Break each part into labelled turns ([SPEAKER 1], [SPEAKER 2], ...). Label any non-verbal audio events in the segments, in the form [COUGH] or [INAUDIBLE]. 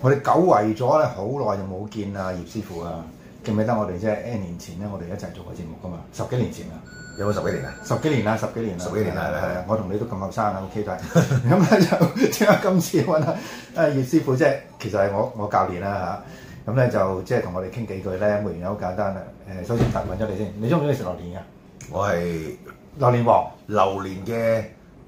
[SPEAKER 1] 我哋久違咗咧，好耐就冇見啦，葉師傅啊，記唔記得我哋即係 N 年前咧，我哋一齊做過節目噶嘛，十幾年前啊，
[SPEAKER 2] 有冇十幾年啊？
[SPEAKER 1] 十幾年啦，十幾年啦，
[SPEAKER 2] 十幾年啦
[SPEAKER 1] 係啊
[SPEAKER 2] 係啊
[SPEAKER 1] 係啊，我同你都咁後生啦，OK 都係， [LAUGHS] 咁咧就點解今次揾啊啊葉師傅即係其實係我我教練啦嚇，咁咧就即係同我哋傾幾句咧，冇原因好簡單啦，誒首先特問咗你先，你中唔中意食榴蓮㗎？
[SPEAKER 2] 我係
[SPEAKER 1] 榴蓮王。
[SPEAKER 2] 榴蓮嘅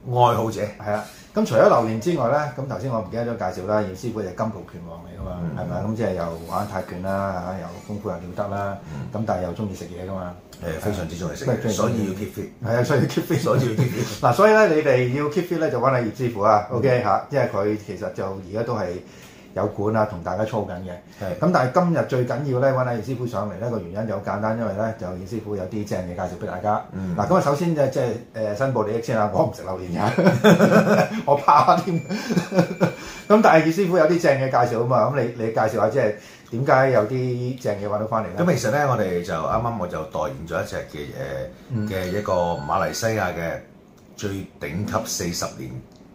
[SPEAKER 2] 愛好者，
[SPEAKER 1] 係啦，咁除咗榴蓮之外咧，咁頭先我唔記得咗介紹啦，葉師傅就係金蒲拳王嚟噶
[SPEAKER 2] 嗯
[SPEAKER 1] 嘛，係咪、咁即係又玩泰拳啦，嚇又功夫又了得啦，咁、但係又中意食嘢噶嘛，
[SPEAKER 2] 嗯誒非常之中意食
[SPEAKER 1] 非常之中
[SPEAKER 2] 嘢，
[SPEAKER 1] 意
[SPEAKER 2] 所以要 keep fit， [LAUGHS]
[SPEAKER 1] 係啊，所以 keep fit。
[SPEAKER 2] 所以要 keep
[SPEAKER 1] [LAUGHS]
[SPEAKER 2] fit。
[SPEAKER 1] 嗱，所以咧，你哋要 keep fit 咧，就揾阿葉師傅啊，OK
[SPEAKER 2] 嗯
[SPEAKER 1] 嚇、因為佢其實就而家都係有管啊，同大家操緊嘅。
[SPEAKER 2] 係
[SPEAKER 1] 咁但係今日最緊要咧，揾阿葉師傅上嚟呢個原因就好簡單，因為咧就葉師傅有啲正嘢介紹俾大家。嗱、
[SPEAKER 2] 嗯
[SPEAKER 1] 咁啊首先就即係誒申報利益先啦，我唔食榴 [LAUGHS] 蓮嘅，我怕添。咁但係葉師傅有啲正嘢介紹啊嘛，咁你你介紹下即係點解有啲正嘢揾到翻嚟咧？
[SPEAKER 2] 咁其實咧，我哋就啱啱我就代言咗一隻嘅誒嘅一個馬來西亞嘅最頂級四十年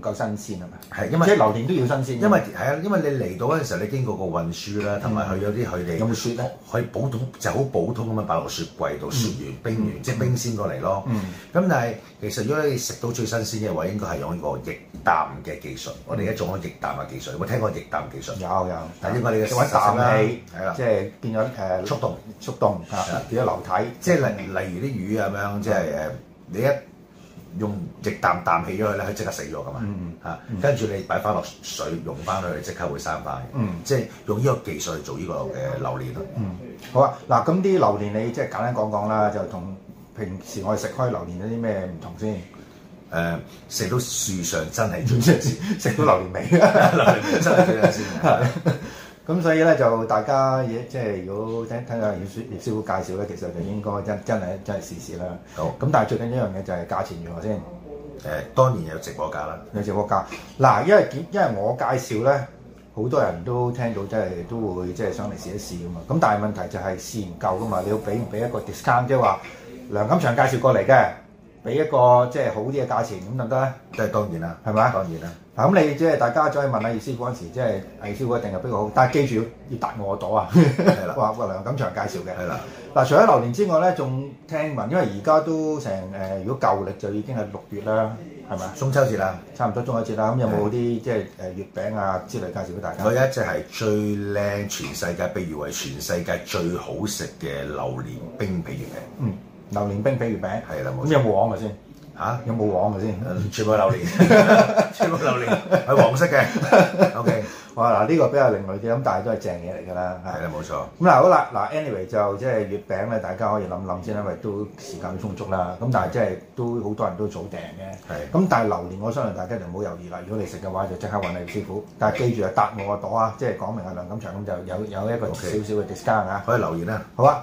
[SPEAKER 1] 唔夠新鮮啊嘛，
[SPEAKER 2] 係因
[SPEAKER 1] 因為即係
[SPEAKER 2] 為
[SPEAKER 1] 榴蓮都要新鮮嘅。
[SPEAKER 2] 因為係啊，因為你嚟到嗰陣時候，你經過個運輸啦，同埋佢有啲佢哋
[SPEAKER 1] 有冇雪咧？
[SPEAKER 2] 佢普通就好普通咁樣擺落雪櫃度，雪完冰完，即係冰鮮過嚟咯。
[SPEAKER 1] 嗯
[SPEAKER 2] 咁但係其實如果你食到最新鮮嘅話，應該係用呢個液氮嘅技術。我哋而家做緊液氮嘅技術，有冇聽過液氮技術？
[SPEAKER 1] 有有，
[SPEAKER 2] 但應該你嘅
[SPEAKER 1] 嗯即係揾啖氣，
[SPEAKER 2] 係啦
[SPEAKER 1] 即係變咗誒
[SPEAKER 2] 速凍，
[SPEAKER 1] 速凍
[SPEAKER 2] 係
[SPEAKER 1] 嚇
[SPEAKER 2] 啦，
[SPEAKER 1] 變咗流體，
[SPEAKER 2] 即係例例如啲魚咁樣，即係誒你一用液氮氮氣咗佢咧，佢即刻死咗噶嘛
[SPEAKER 1] 嗯
[SPEAKER 2] 嚇。跟住你擺翻落水溶翻佢，即刻會生翻嘅
[SPEAKER 1] 嗯。
[SPEAKER 2] 即係用呢個技術去做呢個嘅榴蓮咯。
[SPEAKER 1] 嗯，好啊，嗱，咁啲榴蓮你即係簡單講講啦，就同平時我哋食開榴蓮有啲咩唔同先？
[SPEAKER 2] 誒食到樹上真係最 [LAUGHS]
[SPEAKER 1] 即
[SPEAKER 2] 正先，
[SPEAKER 1] 係食到榴蓮味啊！
[SPEAKER 2] 榴蓮真係最正先嘅。
[SPEAKER 1] 咁所以咧就大家嘢即係如果聽聽下葉師葉師傅介紹咧，其實就應該真真係真係試試啦。
[SPEAKER 2] 好
[SPEAKER 1] 咁但係最緊要一樣嘢就係價錢如何先？
[SPEAKER 2] 誒、當然有直播價啦，
[SPEAKER 1] 有隻國家嗱，因為點？因為我介紹咧，好多人都聽到，即係都會即係想嚟試一試噶嘛。咁但係問題就係試唔夠噶嘛，你要俾唔俾一個 discount，即係話梁錦祥介紹過嚟嘅，俾一個即係好啲嘅價錢，咁得唔得咧？
[SPEAKER 2] 都係當然啦，
[SPEAKER 1] 係咪啊
[SPEAKER 2] 當然啦，
[SPEAKER 1] 嗱，咁你即係大家再問阿葉師傅嗰陣時，即係葉師傅一定係比較好，但係記住要答我朵啊！係
[SPEAKER 2] 啦
[SPEAKER 1] [LAUGHS] 話話梁錦祥介紹嘅。
[SPEAKER 2] 係啦，
[SPEAKER 1] 嗱，除咗榴蓮之外咧，仲聽聞，因為而家都成誒、呃如果舊歷就已經係六月啦，係咪啊？
[SPEAKER 2] 中秋節啦，
[SPEAKER 1] 差唔多中秋節啦，咁有冇啲即係誒月餅啊之類介紹俾大家
[SPEAKER 2] 我？有一隻係最靚，全世界被譽為全世界最好食嘅榴蓮冰皮月餅，
[SPEAKER 1] 嗯，榴蓮冰皮月餅，
[SPEAKER 2] 係啦，冇嗯
[SPEAKER 1] 咁
[SPEAKER 2] 錯
[SPEAKER 1] 有冇黃嘅先？
[SPEAKER 2] 嚇。
[SPEAKER 1] 有冇黃嘅先？
[SPEAKER 2] 誒全部係榴 [LAUGHS] 蓮，全部榴蓮係黃色 [LAUGHS] 嘅，OK，
[SPEAKER 1] 哇！嗱，呢個比較另類啲，咁但係都係正嘢嚟㗎啦。嚇
[SPEAKER 2] 係啦，冇錯，
[SPEAKER 1] 咁嗱，好啦，嗱，anyway 就即係月餅咧，大家可以諗諗先，因為都時間充足啦。咁但係即係都好多人都早訂嘅。
[SPEAKER 2] 係
[SPEAKER 1] 咁但係榴蓮，我相信大家就唔好猶豫啦。如果你食嘅話，就即刻揾你師傅。但係記住啊，搭我個朵啊，即係講明阿梁錦祥咁就有有一個
[SPEAKER 2] OK
[SPEAKER 1] 少少嘅 discount 啊。
[SPEAKER 2] 可以留言啦，
[SPEAKER 1] 好啊，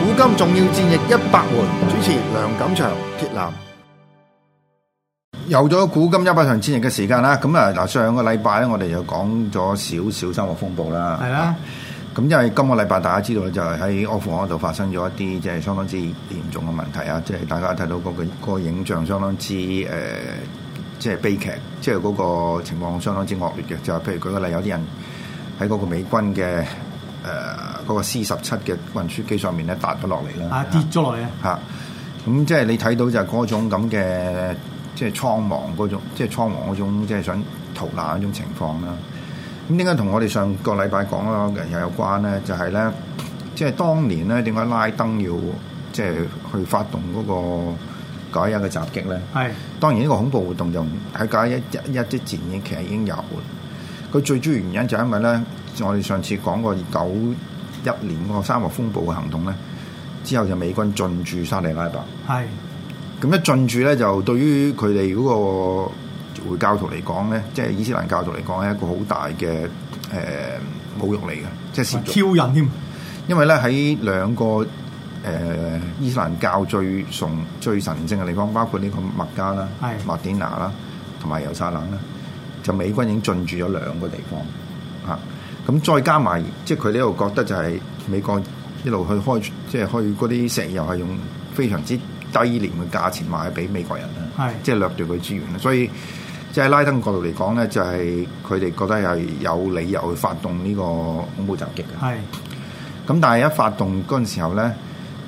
[SPEAKER 3] 古今重要戰役一百回，主持梁錦祥、鐵男。
[SPEAKER 1] 有咗古今一百場戰役嘅時間啦，咁啊嗱，上個禮拜咧，我哋就講咗少少生活風暴啦。
[SPEAKER 4] 係啦，
[SPEAKER 1] 咁因為今個禮拜大家知道咧，就係喺阿富汗嗰度發生咗一啲即係相當之嚴重嘅問題啊！即係大家睇到嗰、個嗰個影像相當之誒、呃即係悲劇，即係嗰個情況相當之惡劣嘅。就係譬如舉個例，有啲人喺嗰個美軍嘅誒呃嗰個 C 十七嘅運輸機上面咧，跌咗落嚟啦。
[SPEAKER 4] 啊跌咗落嚟啊，
[SPEAKER 1] 嚇！咁即係你睇到就係嗰種咁嘅即係蒼茫嗰種，即係蒼茫嗰種即係想逃難嗰種情況啦。咁點解同我哋上個禮拜講嗰個又有關咧？就係、咧，即係當年咧點解拉登要即係去發動嗰、個九一一嘅襲擊咧，
[SPEAKER 4] 係
[SPEAKER 1] 當然呢個恐怖活動就唔喺九一一一之前已經其實已經有嘅。佢最主要原因就係因為咧，我哋上次講過九一年嗰個沙漠風暴嘅行動咧，之後就美軍進駐沙地阿拉伯。
[SPEAKER 4] 係
[SPEAKER 1] 咁一進駐咧，就對於佢哋嗰個回教徒嚟講咧，即係伊斯蘭教徒嚟講，係一個好大嘅誒、呃侮辱嚟嘅，即係褻瀆。
[SPEAKER 4] 挑釁添，
[SPEAKER 1] 因為咧喺兩個誒、呃伊斯蘭教最崇最神聖嘅地方，包括呢個麥加啦
[SPEAKER 4] 係、
[SPEAKER 1] 麥典娜啦，同埋猶撒冷啦，就美軍已經進駐咗兩個地方嚇。咁、再加埋，即係佢呢度覺得就係美國一路去開，即係去嗰啲石油係用非常之低廉嘅價錢賣俾美國人啦
[SPEAKER 4] 係，
[SPEAKER 1] 即係掠奪佢資源啊啦，所以。即係拉登角度嚟講咧，就係佢哋覺得係有理由去發動呢個恐怖襲擊嘅。
[SPEAKER 4] 係
[SPEAKER 1] 咁但係一發動嗰陣時候咧，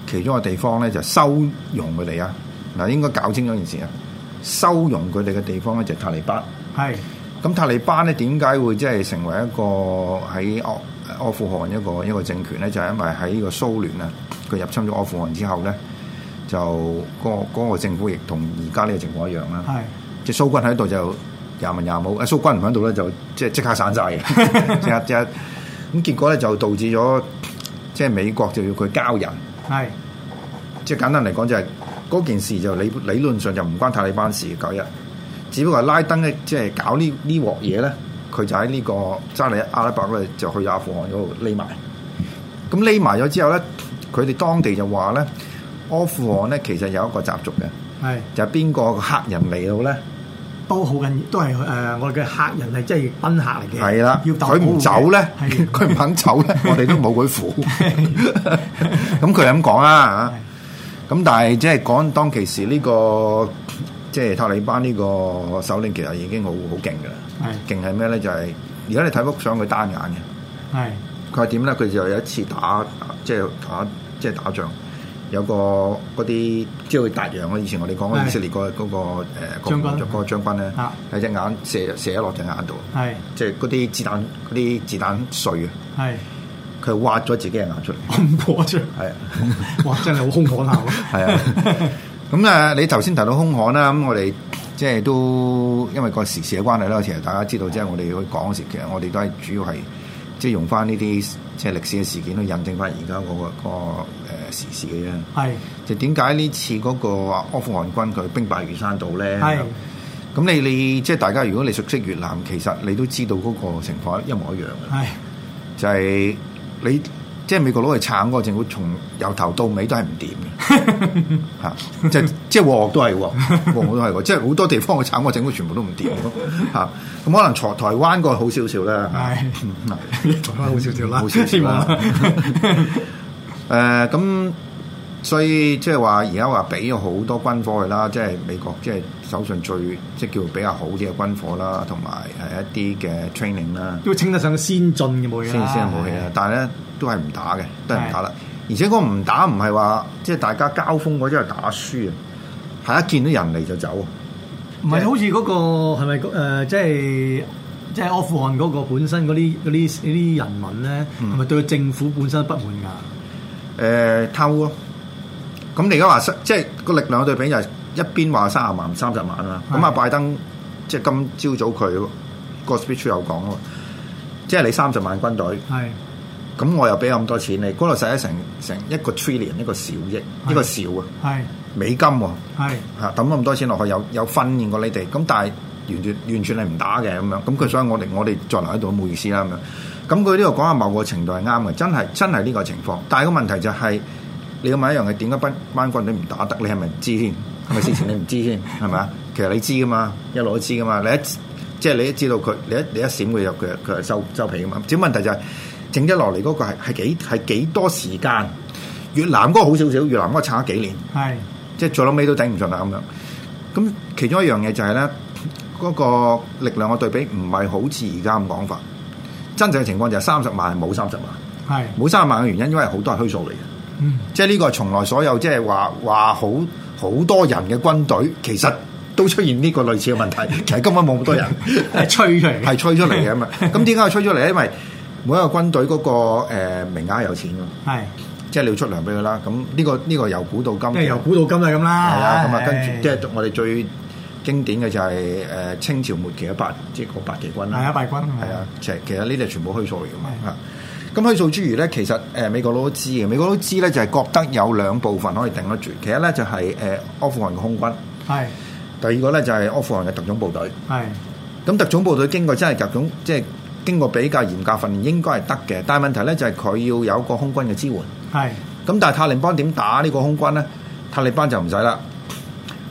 [SPEAKER 1] 其中一個地方咧就收容佢哋啊！嗱，應該搞清楚件事啊！收容佢哋嘅地方咧就係塔利班。
[SPEAKER 4] 係
[SPEAKER 1] 咁塔利班咧點解會即係成為一個喺阿阿富汗一個一個政權咧？就係、因為喺呢個蘇聯啊，佢入侵咗阿富汗之後咧，就嗰、個嗰個政府亦同而家呢個情況一樣啦。
[SPEAKER 4] 係
[SPEAKER 1] 即係蘇軍喺度就廿文廿武，啊蘇軍唔喺度咧就即係即刻散晒嘅，即刻即刻咁結果咧就導致咗即係美國就要佢交人，
[SPEAKER 4] 係
[SPEAKER 1] 即係簡單嚟講就係、嗰件事就理理論上就唔關塔利班事嘅九一，只不過係拉登咧即係搞呢呢鑊嘢咧，佢就喺呢個沙利阿拉伯咧就去咗阿富汗嗰度匿埋，咁匿埋咗之後咧，佢哋當地就話咧，阿富汗咧其實有一個習俗嘅，
[SPEAKER 4] 係
[SPEAKER 1] 就係邊個黑人嚟到咧？
[SPEAKER 4] 都好緊要，都係誒、呃我哋嘅客人係即係賓客嚟嘅，
[SPEAKER 1] 係啦，
[SPEAKER 4] 要逗
[SPEAKER 1] 佢唔走咧
[SPEAKER 4] 好嘅，
[SPEAKER 1] [LAUGHS]
[SPEAKER 4] 係
[SPEAKER 1] 佢唔肯走
[SPEAKER 4] [LAUGHS]
[SPEAKER 1] 咧，我哋都冇佢符。 [LAUGHS] 咁佢係咁講啦嚇。咁但係即係講當其時呢個即係塔利班呢個首領其實已經好好勁㗎啦。
[SPEAKER 4] 係
[SPEAKER 1] 勁係咩咧？就係而家你睇幅相佢單眼嘅。
[SPEAKER 4] 係
[SPEAKER 1] 佢係點咧？佢就有一次打即係打即係打仗。有個嗰啲即係達揚啊！以前我哋講過
[SPEAKER 4] 係
[SPEAKER 1] 以色列嗰個嗰個誒
[SPEAKER 4] 將軍
[SPEAKER 1] 嗰個將軍咧
[SPEAKER 4] 啊，
[SPEAKER 1] 有隻眼射射咗落隻眼度。
[SPEAKER 4] 係
[SPEAKER 1] 即係嗰啲子彈嗰啲子彈碎啊， [LAUGHS]
[SPEAKER 4] 係
[SPEAKER 1] 佢挖咗自己嘅牙出嚟，
[SPEAKER 4] 咁誇張，
[SPEAKER 1] 係啊，
[SPEAKER 4] [LAUGHS] 哇！真係好兇悍下喎，
[SPEAKER 1] 係 [LAUGHS] 啊。咁啊，你頭先提到兇悍啦，咁我哋即係都因為個時事嘅關係啦，其實大家知道，即係我哋去講嗰時，其實我哋都係主要係即係用翻呢啲即係歷史嘅事件去印證翻而家嗰個嗰個誒時事嘅啫。
[SPEAKER 4] 係
[SPEAKER 1] 就點解呢次嗰個阿富汗軍佢兵敗如山倒咧？
[SPEAKER 4] 係
[SPEAKER 1] 咁你你即係大家如果你熟悉越南，其實你都知道嗰個情況一模一樣嘅。
[SPEAKER 4] 係
[SPEAKER 1] 就係你即係美國佬去撐嗰個政府，從由頭到尾都係唔掂嘅
[SPEAKER 4] [LAUGHS]
[SPEAKER 1] 嚇，即係即係鑊鑊都係喎，鑊鑊都係喎，即係好多地方去撐嗰個政府全部都唔掂
[SPEAKER 4] [LAUGHS]
[SPEAKER 1] 咯嚇。咁可能台台灣個好少少啦， [LAUGHS] 嚇
[SPEAKER 4] 係。啊
[SPEAKER 1] [LAUGHS]
[SPEAKER 4] 台灣好少少啦，
[SPEAKER 1] 好少少
[SPEAKER 4] 希望
[SPEAKER 1] 啦 [LAUGHS]
[SPEAKER 4] [LAUGHS]
[SPEAKER 1] 誒咁，所以即係話而家話俾咗好多軍火佢啦，即係美國即係手上最即係叫比較好啲嘅軍火啦，同埋係一啲嘅 training 啦。
[SPEAKER 4] 都稱得上先進嘅武器
[SPEAKER 1] 先
[SPEAKER 4] 啦，
[SPEAKER 1] 先有武器啦，但係咧都係唔打嘅，都係唔打啦。而且嗰個唔打唔係話即係大家交鋒嗰陣係打輸啊，係一見到人嚟就走啊。
[SPEAKER 4] 唔係好似嗰、個係咪誒？即係即係阿富汗嗰個本身嗰啲嗰啲嗰啲人民咧，係咪對政府本身不滿㗎？
[SPEAKER 1] 誒、偷咯。咁你而家話失即係個力量對比就係一邊話三十萬三十萬啦。
[SPEAKER 4] 係
[SPEAKER 1] 咁啊，拜登即係今朝早佢個 speech 有講喎，即係你三十萬軍隊，
[SPEAKER 4] 係
[SPEAKER 1] 咁我又俾咁多錢你，嗰度使咗成成一個 trillion 一個兆億一個兆啊
[SPEAKER 4] 係
[SPEAKER 1] 美金喎、
[SPEAKER 4] 係
[SPEAKER 1] 嚇抌咁多錢落去，有有訓練過你哋，咁但係完全完全係唔打嘅咁樣，咁佢所以我哋我哋再留喺度都冇意思啦咁樣。咁佢呢度講下某個程度係啱嘅，真係真係呢個情況。但係個問題就係、你要問一樣嘢，點解班班軍隊唔打得？你係咪唔知先？係咪事前你唔知先？係咪啊？其實你知噶嘛，一路都知噶嘛。你一即係你一知道佢，你一你一閃佢入佢佢係收收皮噶嘛。只問題就係、整一落嚟嗰個係係幾係幾多時間？越南嗰個好少少，越南嗰個撐咗幾年。
[SPEAKER 4] 係
[SPEAKER 1] 即係最後尾都頂唔順啦咁樣。咁其中一樣嘢就係咧，嗰、個力量嘅對比唔係好似而家咁講法。真實嘅情況就係三十萬係冇三十萬，
[SPEAKER 4] 係
[SPEAKER 1] 冇三十萬嘅原因，因為好多係虛數嚟嘅。
[SPEAKER 4] 嗯
[SPEAKER 1] 即係呢個係從來所有即係話話好好多人嘅軍隊，其實都出現呢個類似嘅問題。 [LAUGHS] 其實根本冇咁多
[SPEAKER 4] [LAUGHS]
[SPEAKER 1] 人。
[SPEAKER 4] [LAUGHS] 係吹出嚟嘅
[SPEAKER 1] 係吹出嚟啊嘅嘛。咁點解佢吹出嚟咧？因為每一個軍隊嗰、個、呃、名額有錢㗎嘛
[SPEAKER 4] 係
[SPEAKER 1] 即係你要出糧俾佢啦。咁呢個呢個由古到今
[SPEAKER 4] 即係由古到今係咁啦。
[SPEAKER 1] 係啊，咁啊跟住即
[SPEAKER 4] 係
[SPEAKER 1] 係我哋最經典嘅就係誒清朝末期嘅八即係個八旗軍啦。
[SPEAKER 4] 係啊，敗軍
[SPEAKER 1] 係啊，其實其實呢啲係全部虛數嚟嘅嘛嚇。咁虛數之餘咧，其實誒、呃美國佬都知嘅，美國佬都知咧就係覺得有兩部分可以頂得住，其一咧就係、誒、阿富汗嘅空軍，
[SPEAKER 4] 係
[SPEAKER 1] 第二個咧就係、阿富汗嘅特種部隊。
[SPEAKER 4] 係
[SPEAKER 1] 咁特種部隊經過真係特種，即係經過比較嚴格訓練，應該係得嘅。但係問題咧就係佢要有一個空軍嘅支援。
[SPEAKER 4] 係
[SPEAKER 1] 咁但係塔利班點打呢個空軍咧？塔利班就唔使啦。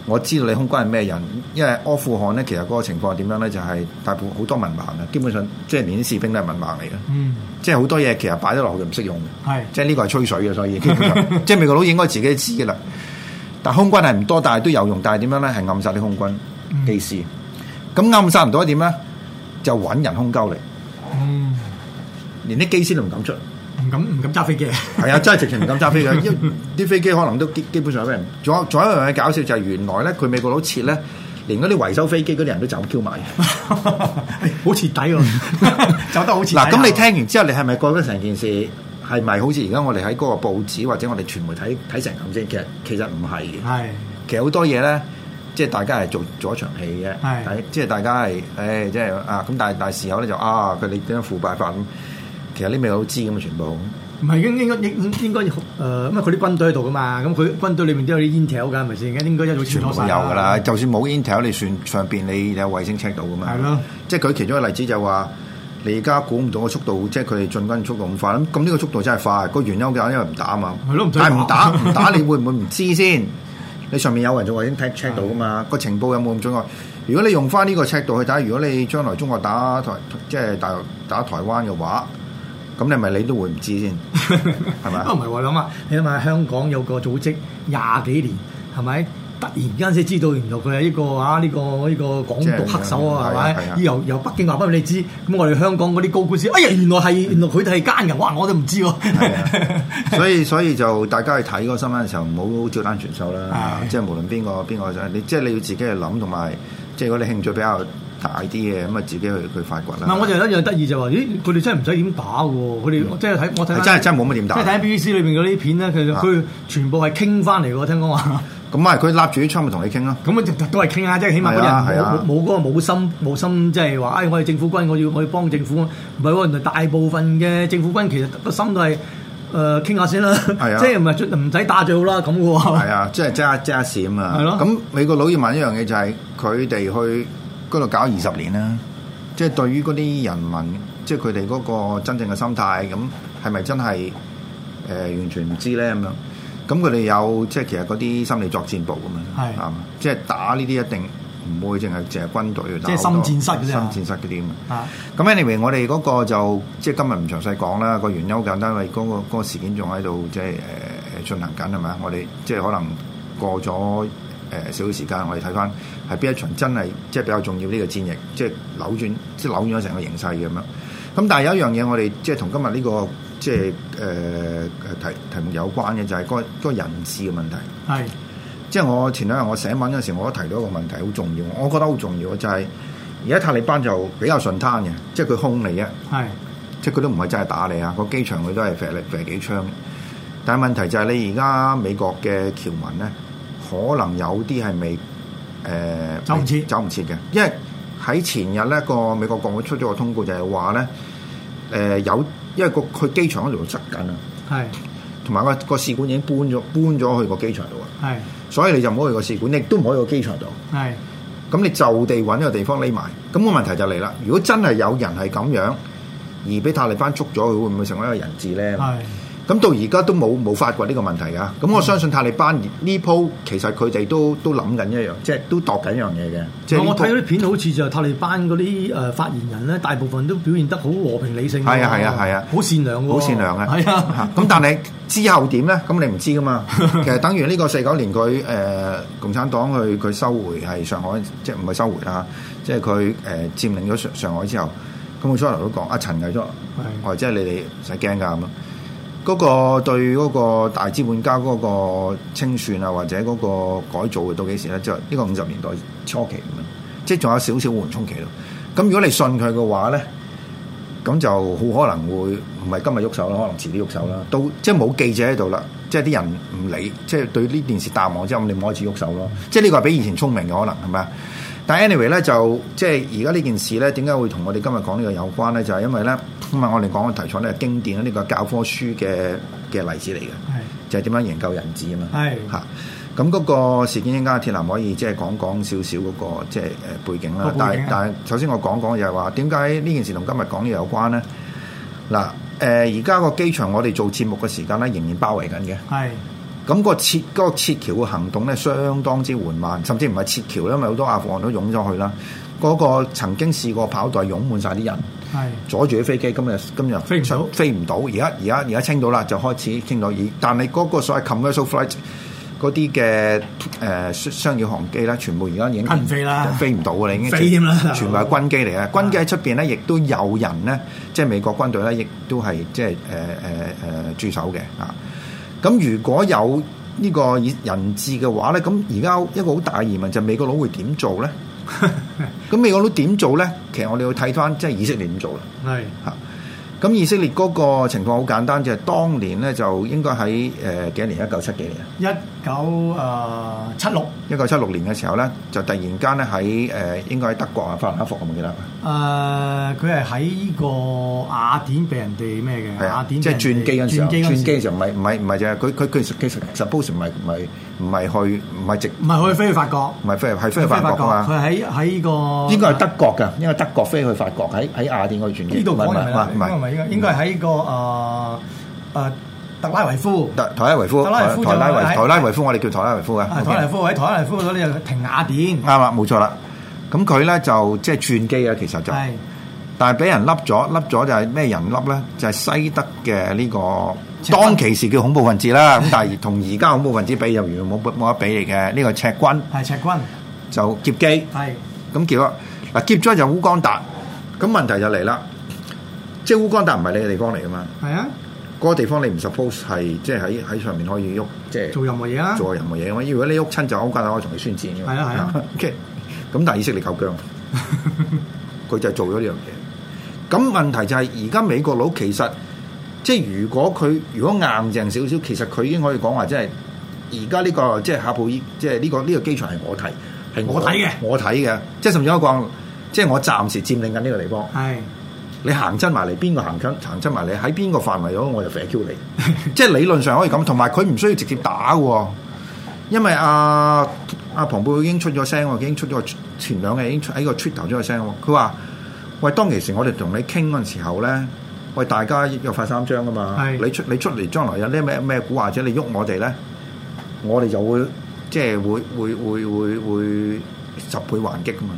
[SPEAKER 1] 我知道你空軍係咩人，因為阿富汗咧其實嗰個情況係點樣咧？就係、大部好多文盲嘅，基本上即係連啲士兵都係文盲嚟嘅，
[SPEAKER 4] 嗯
[SPEAKER 1] 即係好多嘢其實擺咗落去就唔識用嘅。
[SPEAKER 4] 係
[SPEAKER 1] 即係呢個係吹水嘅，所以基本上即係美國佬應該自己都知嘅啦。但空軍係唔多，但係都有用。但係點樣咧？係暗殺啲空軍
[SPEAKER 4] 嗯
[SPEAKER 1] 機師。咁暗殺唔到點咧？就揾人空鳩嚟，
[SPEAKER 4] 嗯
[SPEAKER 1] 連啲機師都唔敢出。
[SPEAKER 4] 唔敢唔敢揸飛 [LAUGHS] 機。
[SPEAKER 1] 係啊，真係直情唔敢揸飛嘅，因為啲飛機可能都基基本上俾人。仲有仲有一樣嘢搞笑就係原來咧，佢美國佬撤咧，連嗰啲維修飛機嗰啲人都走 Q 埋。
[SPEAKER 4] 哎好徹底喎， [LAUGHS] 走得好徹底。啊
[SPEAKER 1] 嗱，咁你聽完之後，你係咪覺得成件事係咪好似而家我哋喺嗰個報紙或者我哋傳媒睇睇成咁先？其實其實唔係嘅。
[SPEAKER 4] 係
[SPEAKER 1] 其實好多嘢咧，即係大家係做做一場戲嘅
[SPEAKER 4] 係，
[SPEAKER 1] 係即係大家係，誒，即係啊咁，但係但係事後咧就啊，佢哋點樣腐敗法咁，其實呢味佬知咁啊，全部
[SPEAKER 4] 唔係應應該應應該誒？因為佢啲軍隊喺度噶嘛，咁佢軍隊裏面都有啲 intel 㗎，係咪先？應該一早
[SPEAKER 1] 全
[SPEAKER 4] 全
[SPEAKER 1] 部
[SPEAKER 4] 部
[SPEAKER 1] 有㗎啦。。就算冇 intel，你算上邊你有衛星 check 到㗎嘛？
[SPEAKER 4] 係咯，
[SPEAKER 1] 即係佢其中一個例子就話。你而家估唔到個速度，即係佢哋進軍速度咁快，咁咁呢個速度真係快。個原因嘅因為唔打啊嘛，
[SPEAKER 4] 係咯唔使
[SPEAKER 1] 但係唔打
[SPEAKER 4] 打
[SPEAKER 1] 唔打， [LAUGHS] 你會唔會唔知先？你上面有人做衛星 check check 到噶嘛？個情報有冇咁準確？如果你用翻呢個尺度去睇，如果你將來中國打台即係大陸打台灣嘅話，咁你咪你都會唔知
[SPEAKER 4] [LAUGHS]
[SPEAKER 1] 先，係咪
[SPEAKER 4] 啊？唔係喎，諗下你諗下香港有個組織廿幾年，係咪？突然間先知道原來佢係一個啊呢、個呢、個港獨黑手啊，
[SPEAKER 1] 即
[SPEAKER 4] 係
[SPEAKER 1] 係係啊係啊
[SPEAKER 4] 咪？由由北京話俾你知，咁我哋香港嗰啲高官先，哎呀原來係原來佢哋係奸人，哇我都唔知喎。
[SPEAKER 1] 係啊，
[SPEAKER 4] [LAUGHS]
[SPEAKER 1] 所以所以就大家去睇嗰個新聞嘅時候，唔好照單全收啦。
[SPEAKER 4] 係
[SPEAKER 1] 即係無論邊個邊個，你即係你要自己去諗，同埋即係如果你興趣比較大啲嘅，咁啊自己去去發掘
[SPEAKER 4] 唔
[SPEAKER 1] 啦。
[SPEAKER 4] 係，我就有一樣得意就話，咦，佢哋真係唔使點打嘅喎，佢哋即係睇我睇
[SPEAKER 1] 係
[SPEAKER 4] 返
[SPEAKER 1] 嗯真係真係冇乜點打
[SPEAKER 4] 即係睇 BBC 裏邊嗰啲片咧，佢
[SPEAKER 1] 啊
[SPEAKER 4] 佢全部係傾翻嚟喎，聽講
[SPEAKER 1] [LAUGHS]
[SPEAKER 4] 話，
[SPEAKER 1] 咁咪佢立住啲槍咪同你傾咯。
[SPEAKER 4] 咁啊都係傾下，即係起碼
[SPEAKER 1] 係啊
[SPEAKER 4] 嗰啲
[SPEAKER 1] 係啊
[SPEAKER 4] 人冇冇冇嗰個冇心冇心，即係話，哎，我係政府軍，我要我要幫政府，唔係喎，原來大部分嘅政府軍其實個心都係誒傾下先啦，
[SPEAKER 1] 係啊
[SPEAKER 4] [LAUGHS] 即係唔係唔使打最好啦，咁嘅喎，
[SPEAKER 1] 係啊，即係即刻即刻閃啊！
[SPEAKER 4] 係咯
[SPEAKER 1] 咁美國佬要問一樣嘢就係佢哋去嗰度搞二十年啦，即係對於嗰啲人民，即係佢哋嗰個真正嘅心態，咁係咪真係誒、呃完全唔知咧咁樣？咁佢哋有即係其實嗰啲心理作戰部咁樣，
[SPEAKER 4] 係
[SPEAKER 1] 嘛即係打呢啲一定唔會淨係淨係軍隊去打
[SPEAKER 4] 即係
[SPEAKER 1] 好多，
[SPEAKER 4] 心戰室嗰啲啊
[SPEAKER 1] 心戰室嗰啲咁啊。
[SPEAKER 4] 啊， [LAUGHS]
[SPEAKER 1] 咁 anyway，我哋嗰個就即係今日唔詳細講啦，個原因好簡單，因為嗰、個嗰個事件仲喺度即係誒誒進行緊係咪啊？我哋即係可能過咗誒少少時間，我哋睇翻係邊一場真係即係比較重要呢個戰役，即係扭轉即係扭轉咗成個形勢嘅咁樣。咁但係有一樣嘢，我哋即係同今日呢、個即係誒誒題題目有關嘅，就係、嗰個、嗰個人質嘅問題。
[SPEAKER 4] 啊係
[SPEAKER 1] 即係我前兩日我寫文嗰時，我都提到一個問題好重要，我覺得好重要嘅就係而家塔利班就比較順攤嘅，即係佢兇你啫，啊
[SPEAKER 4] 係
[SPEAKER 1] 即係佢都唔係真係打你啊，個機場佢都係射你射幾槍。但係問題就係你而家美國嘅僑民咧，可能有啲係未誒、呃
[SPEAKER 4] 走唔切
[SPEAKER 1] 未走唔切嘅，因為喺前日咧個美國國會出咗個通告就係話咧誒有，因為個佢機場嗰度塞緊啊，
[SPEAKER 4] 係
[SPEAKER 1] 同埋個個使館已經搬咗搬咗去個機場度啊。
[SPEAKER 4] 係
[SPEAKER 1] 所以你就唔好去個試管，你亦都唔好去個機場度。
[SPEAKER 4] 係
[SPEAKER 1] 咁你就地揾一個地方匿埋。咁、個問題就嚟啦，如果真係有人係咁樣，而俾塔利班捉咗，佢會唔會成為一個人質咧？
[SPEAKER 4] 係
[SPEAKER 1] 咁到而家都冇冇發掘呢個問題㗎。咁我相信塔利班呢鋪其實佢哋都都諗緊一樣，即係都度緊一樣嘢嘅。即係呢
[SPEAKER 4] 我睇
[SPEAKER 1] 鋪
[SPEAKER 4] 嗰啲片好似就係塔利班嗰啲誒發言人咧，大部分都表現得好和平理性喎，
[SPEAKER 1] 係啊係啊係啊
[SPEAKER 4] 好善良喎，
[SPEAKER 1] 好善良嘅，
[SPEAKER 4] 係啊，
[SPEAKER 1] 咁但係之後點咧？咁你唔知噶
[SPEAKER 4] [LAUGHS]
[SPEAKER 1] 嘛。其實等於呢個四九年佢誒、呃共產黨去佢收回係上海，即係唔係收回啦，即係佢呃誒佔領咗上上海之後，咁佢初頭都講啊陳毅咗，我話即係你哋唔使驚㗎咁樣。嗰個對嗰個大資本家嗰個清算啊，或者嗰個改造到幾時咧？即係呢個五十年代初期咁樣，即係仲有少少緩衝期咯。咁如果你信佢嘅話咧，咁就好可能會唔係今日喐手啦，可能遲啲喐手啦。到即係冇記者喺度啦，即係啲人唔理，即係對呢件事淡忘之後，咁你咪開始喐手咯。即係呢個係比以前聰明嘅可能係咪啊？但係 anyway 咧，就即係而家呢件事咧，點解會同我哋今日講呢個有關咧？就係、因為咧，今日我哋講嘅題材咧係經典呢個教科書嘅嘅例子嚟嘅，就係點樣營救人質啊嘛。
[SPEAKER 4] 係
[SPEAKER 1] 嚇。咁嗰個事件應該鐵男可以即係講講少少嗰個即係誒背景啦
[SPEAKER 4] 個。背
[SPEAKER 1] 但係
[SPEAKER 4] 景啊
[SPEAKER 1] 但係首先我講講就係話點解呢件事同今日講嘅有關咧？嗱誒，而家個機場我哋做節目嘅時間咧仍然包圍緊嘅。
[SPEAKER 4] 係
[SPEAKER 1] 咁、個撤嗰、個撤橋嘅行動咧相當之緩慢，甚至唔係撤橋啦，因為好多阿富汗都湧咗去啦。嗰、個曾經試過跑道係湧滿晒啲人。
[SPEAKER 4] 係
[SPEAKER 1] 阻住啲飛機，今日今日
[SPEAKER 4] 飛唔到
[SPEAKER 1] 飛唔到。而家而家而家清到啦，就開始傾到。而但係嗰個所謂 commercial flight 嗰啲嘅誒商商業航機咧，全部而家已經
[SPEAKER 4] 唔飛啦
[SPEAKER 1] 飛唔到㗎啦，已經
[SPEAKER 4] 飛添啦啊
[SPEAKER 1] 全部係軍機嚟嘅。軍機喺出邊咧，亦都有人咧，即係美國軍隊咧，亦都係即係誒誒誒駐守嘅啊。咁如果有呢個人質嘅話咧，咁而家一個好大嘅疑問就係美國佬會點做
[SPEAKER 4] [LAUGHS]
[SPEAKER 1] 咧？咁美國佬點做咧？其實我哋要睇翻即係以色列點做啦。
[SPEAKER 4] 係
[SPEAKER 1] 嚇。咁以色列嗰個情況好簡單，就係、當年咧就應該喺誒、呃、幾多年，一九七幾年，
[SPEAKER 4] 一九誒七六
[SPEAKER 1] 一九七六年嘅時候咧，就突然間咧喺誒應該喺德國啊法蘭克福，我唔記得，
[SPEAKER 4] 誒，呃佢係喺呢個雅典被人哋咩嘅？
[SPEAKER 1] 係
[SPEAKER 4] 雅
[SPEAKER 1] 啊，
[SPEAKER 4] 典
[SPEAKER 1] 即係轉機嗰陣時候，
[SPEAKER 4] 轉機嗰
[SPEAKER 1] 轉機嘅
[SPEAKER 4] 陣時
[SPEAKER 1] 時候唔係唔係唔係就係佢佢佢其實 suppose 唔係唔係唔係去唔係直
[SPEAKER 4] 唔係佢飛去法國，
[SPEAKER 1] 唔係飛係飛去法國啊
[SPEAKER 4] 佢
[SPEAKER 1] 嘛，
[SPEAKER 4] 喺喺呢個
[SPEAKER 1] 應該係德國㗎，因為德國飛去法國喺喺雅典嗰度轉機，
[SPEAKER 4] 呢度講係咪啦？
[SPEAKER 1] 唔
[SPEAKER 4] 應該
[SPEAKER 1] 係
[SPEAKER 4] 唔
[SPEAKER 1] 唔
[SPEAKER 4] 係
[SPEAKER 1] 係
[SPEAKER 4] 應該應該係喺呢個誒誒特拉維夫。
[SPEAKER 1] 特台拉維夫，
[SPEAKER 4] 特拉維夫就
[SPEAKER 1] 台拉維
[SPEAKER 4] 喺
[SPEAKER 1] 台拉維夫，我哋叫台拉維夫嘅，
[SPEAKER 4] 啊，
[SPEAKER 1] OK
[SPEAKER 4] 台拉維夫喺台拉維夫嗰度咧就停雅典，
[SPEAKER 1] 啱啦，冇錯啦。咁佢咧就即係轉機啊，其實就。
[SPEAKER 4] 係
[SPEAKER 1] 但係俾人笠咗，笠咗就係咩人笠咧？就係、西德嘅呢、
[SPEAKER 4] 赤
[SPEAKER 1] 個
[SPEAKER 4] 軍
[SPEAKER 1] 當其時叫恐怖分子啦。咁但係同而家恐怖分子比，又完全冇冇得比嚟嘅。呢、個赤軍
[SPEAKER 4] 係赤軍，
[SPEAKER 1] 就劫機，
[SPEAKER 4] 係
[SPEAKER 1] 咁劫咗嗱劫咗就烏干達。咁問題就嚟啦，即係烏干達唔係你嘅地方嚟噶嘛？
[SPEAKER 4] 係啊，
[SPEAKER 1] 嗰、個地方你唔 suppose 係即係喺喺上面可以喐，即係
[SPEAKER 4] 做任何嘢啦，
[SPEAKER 1] 做任何嘢噶嘛。如果你喐親就烏干達可以同你宣戰㗎嘛
[SPEAKER 4] 啊係啊係啊。
[SPEAKER 1] [LAUGHS] OK，咁但係以色列夠
[SPEAKER 4] [LAUGHS]
[SPEAKER 1] 僵。佢就做咗呢樣嘢。咁問題就係而家美國佬其實即係如果佢如果硬淨少少，其實佢已經可以講話即係而家呢個即係夏普伊，即係呢、個呢、個機場係我睇，係
[SPEAKER 4] 我睇嘅
[SPEAKER 1] 我睇嘅，即係甚至我講，即係我暫時佔領緊呢個地方。
[SPEAKER 4] 係
[SPEAKER 1] 你行真埋嚟，邊個行親行親埋嚟，喺邊個範圍度，我就肥 Q 你。 [LAUGHS] 即係理論上可以咁，同埋佢唔需要直接打嘅喎，因為阿阿龐貝已經出咗聲喎，已經出咗前兩日已經出喺個 Twitter 出咗聲喎，佢話：喂，當其時我哋同你傾嗰陣時候咧，喂大家約法三章噶嘛，
[SPEAKER 4] 係
[SPEAKER 1] 你出你出嚟，將來有啲咩咩股或者你喐我哋咧，我哋就會即係會會會會會十倍還擊噶嘛。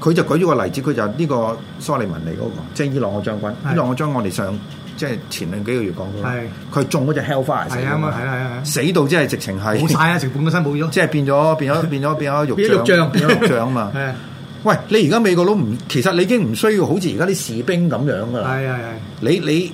[SPEAKER 1] 佢就舉咗個例子，佢就呢個蘇利文嚟嗰、個，即係伊朗個將軍。
[SPEAKER 4] 係
[SPEAKER 1] 伊朗個將軍我哋上即係前兩幾個月講過啦
[SPEAKER 4] 係，
[SPEAKER 1] 佢中嗰只 Hellfire 死
[SPEAKER 4] 係啊
[SPEAKER 1] 㗎
[SPEAKER 4] 咁
[SPEAKER 1] 嘛
[SPEAKER 4] 啊，係啊係啊，
[SPEAKER 1] 死到即係直情係
[SPEAKER 4] 冇晒啦，成半個身冇
[SPEAKER 1] [LAUGHS]
[SPEAKER 4] 咗，
[SPEAKER 1] 即係變咗變咗變咗變咗
[SPEAKER 4] 變咗
[SPEAKER 1] 肉
[SPEAKER 4] 肉醬
[SPEAKER 1] 醬，變咗肉醬啊嘛。
[SPEAKER 4] 係
[SPEAKER 1] 喂，你而家美國佬唔，其實你已經唔需要好似而家啲士兵咁樣噶啦。
[SPEAKER 4] 係係係
[SPEAKER 1] 你你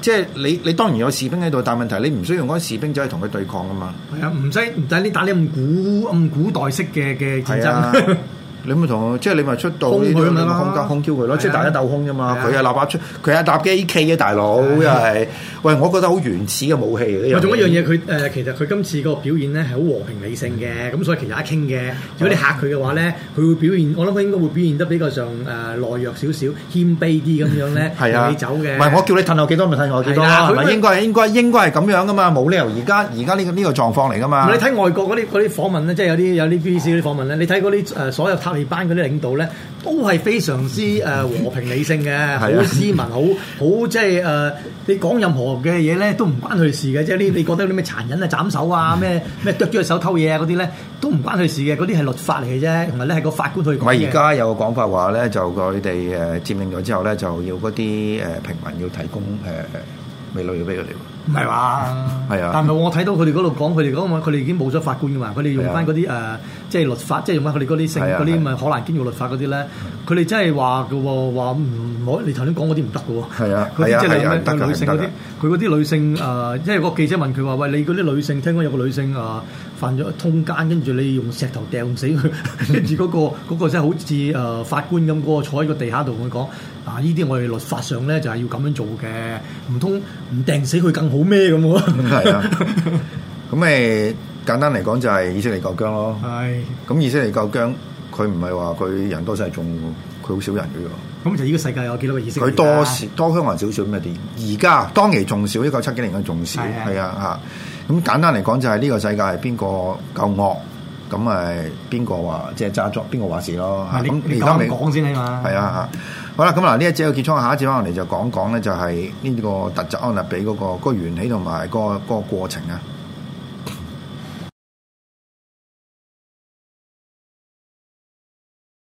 [SPEAKER 1] 即係你你當然有士兵喺度，但問題你唔需要嗰啲士兵走去同佢對抗噶嘛。
[SPEAKER 4] [LAUGHS] 係啊，唔使唔使你打啲咁古咁古代式嘅嘅戰
[SPEAKER 1] 係啊
[SPEAKER 4] 爭，。
[SPEAKER 1] [LAUGHS] 你咪同佢即係你咪出到
[SPEAKER 4] 空
[SPEAKER 1] 呢
[SPEAKER 4] 佢
[SPEAKER 1] 啲
[SPEAKER 4] 咪咯
[SPEAKER 1] 空交空 Q 佢
[SPEAKER 4] 係啊
[SPEAKER 1] 咯，即係大家鬥空啫嘛。
[SPEAKER 4] 係啊啊
[SPEAKER 1] 佢係立把出，佢係搭機 K 嘅大佬，又係喂，我覺得好原始嘅武器嚟嘅。
[SPEAKER 4] 咪仲有一樣嘢，佢誒、其實佢今次個表現咧係好和平理性嘅，咁所以其實有得傾嘅。如果你嚇佢嘅話咧，佢會表現，我諗佢應該會表現得比較上誒、懦弱少少、謙卑啲咁樣咧，
[SPEAKER 1] 係啊，
[SPEAKER 4] 由你走嘅。
[SPEAKER 1] 唔係我叫你褪後幾多咪褪後幾多
[SPEAKER 4] 係啦
[SPEAKER 1] 啦，係
[SPEAKER 4] 佢
[SPEAKER 1] 咪
[SPEAKER 4] 咪
[SPEAKER 1] 應該係應該應該係咁樣噶嘛？冇理由而家而家呢個呢個狀況嚟噶
[SPEAKER 4] 唔
[SPEAKER 1] 嘛
[SPEAKER 4] 係？你睇外國嗰啲嗰啲訪問咧，即係有啲有啲 BBC 嗰啲訪問咧，你睇嗰啲誒所有塔利班嗰啲領導咧，都係非常之誒、和平理性嘅，好斯文，好好即係誒你講任何嘅嘢咧都唔關佢事嘅，即係啲你覺得啲咩殘忍啊、斬手啊、咩咩剁咗隻手偷嘢啊嗰啲咧，都唔關佢事嘅，嗰啲係律法嚟嘅啫，同埋咧係個法官去
[SPEAKER 1] 唔
[SPEAKER 4] 講嘅
[SPEAKER 1] 係而家有個講法話咧，就佢哋誒呃佔領咗之後咧，就要嗰啲誒呃平民要提供誒呃美女要俾佢哋
[SPEAKER 4] 唔係話
[SPEAKER 1] 係啊
[SPEAKER 4] 但係我睇到佢哋嗰度講，佢哋講佢哋已經冇咗法官噶嘛，佢哋用翻嗰啲誒，即係律法，即係用翻佢哋嗰啲性
[SPEAKER 1] 啊係啊
[SPEAKER 4] 嗰啲
[SPEAKER 1] 係
[SPEAKER 4] 咪可蘭經用律法嗰啲咧，佢哋真係話嘅喎，話唔可你頭先講嗰啲唔得嘅喎。
[SPEAKER 1] 係啊
[SPEAKER 4] 嗰
[SPEAKER 1] 係
[SPEAKER 4] 啲
[SPEAKER 1] 啊
[SPEAKER 4] 即
[SPEAKER 1] 係啊
[SPEAKER 4] 係
[SPEAKER 1] 唔得㗎
[SPEAKER 4] 兩女
[SPEAKER 1] 唔
[SPEAKER 4] 性嗰
[SPEAKER 1] 得㗎，
[SPEAKER 4] 啲佢嗰啲女性誒，因為個記者問佢話：喂，你嗰啲女性聽講有個女性誒犯咗通奸，跟住你用石頭掟死佢， [LAUGHS] 跟住嗰個嗰個真係好似誒法官咁，嗰個坐喺個地下度同佢講：啊，呢啲我哋律法上咧就係要咁樣做嘅，唔通唔掟死佢更好咩咁喎？
[SPEAKER 1] 係啊，咁誒簡單嚟講就係以色列國疆咯。
[SPEAKER 4] [LAUGHS] 係。
[SPEAKER 1] 咁以色列夠僵，佢唔係話佢人多勢眾喎，佢好少人嘅
[SPEAKER 4] 咁就呢個世界有幾多個意識？
[SPEAKER 1] 喎。佢多少多香港人少少咩啲？而家當期仲少，一九七幾年嘅仲少，
[SPEAKER 4] 係啊
[SPEAKER 1] 係啊嚇。咁簡單嚟講就係呢個世界係邊個夠惡，咁誒邊個話即係揸作邊個話事咯
[SPEAKER 4] 唔
[SPEAKER 1] 嚇。
[SPEAKER 4] 係啊你
[SPEAKER 1] 啊咁
[SPEAKER 4] 你咁講先啊嘛。
[SPEAKER 1] 係啊嚇。好啦，咁嗱呢一節嘅結束，下一節可能嚟就講講咧，就係呢個特集安納比嗰個嗰個緣起同埋嗰個嗰個過程啊。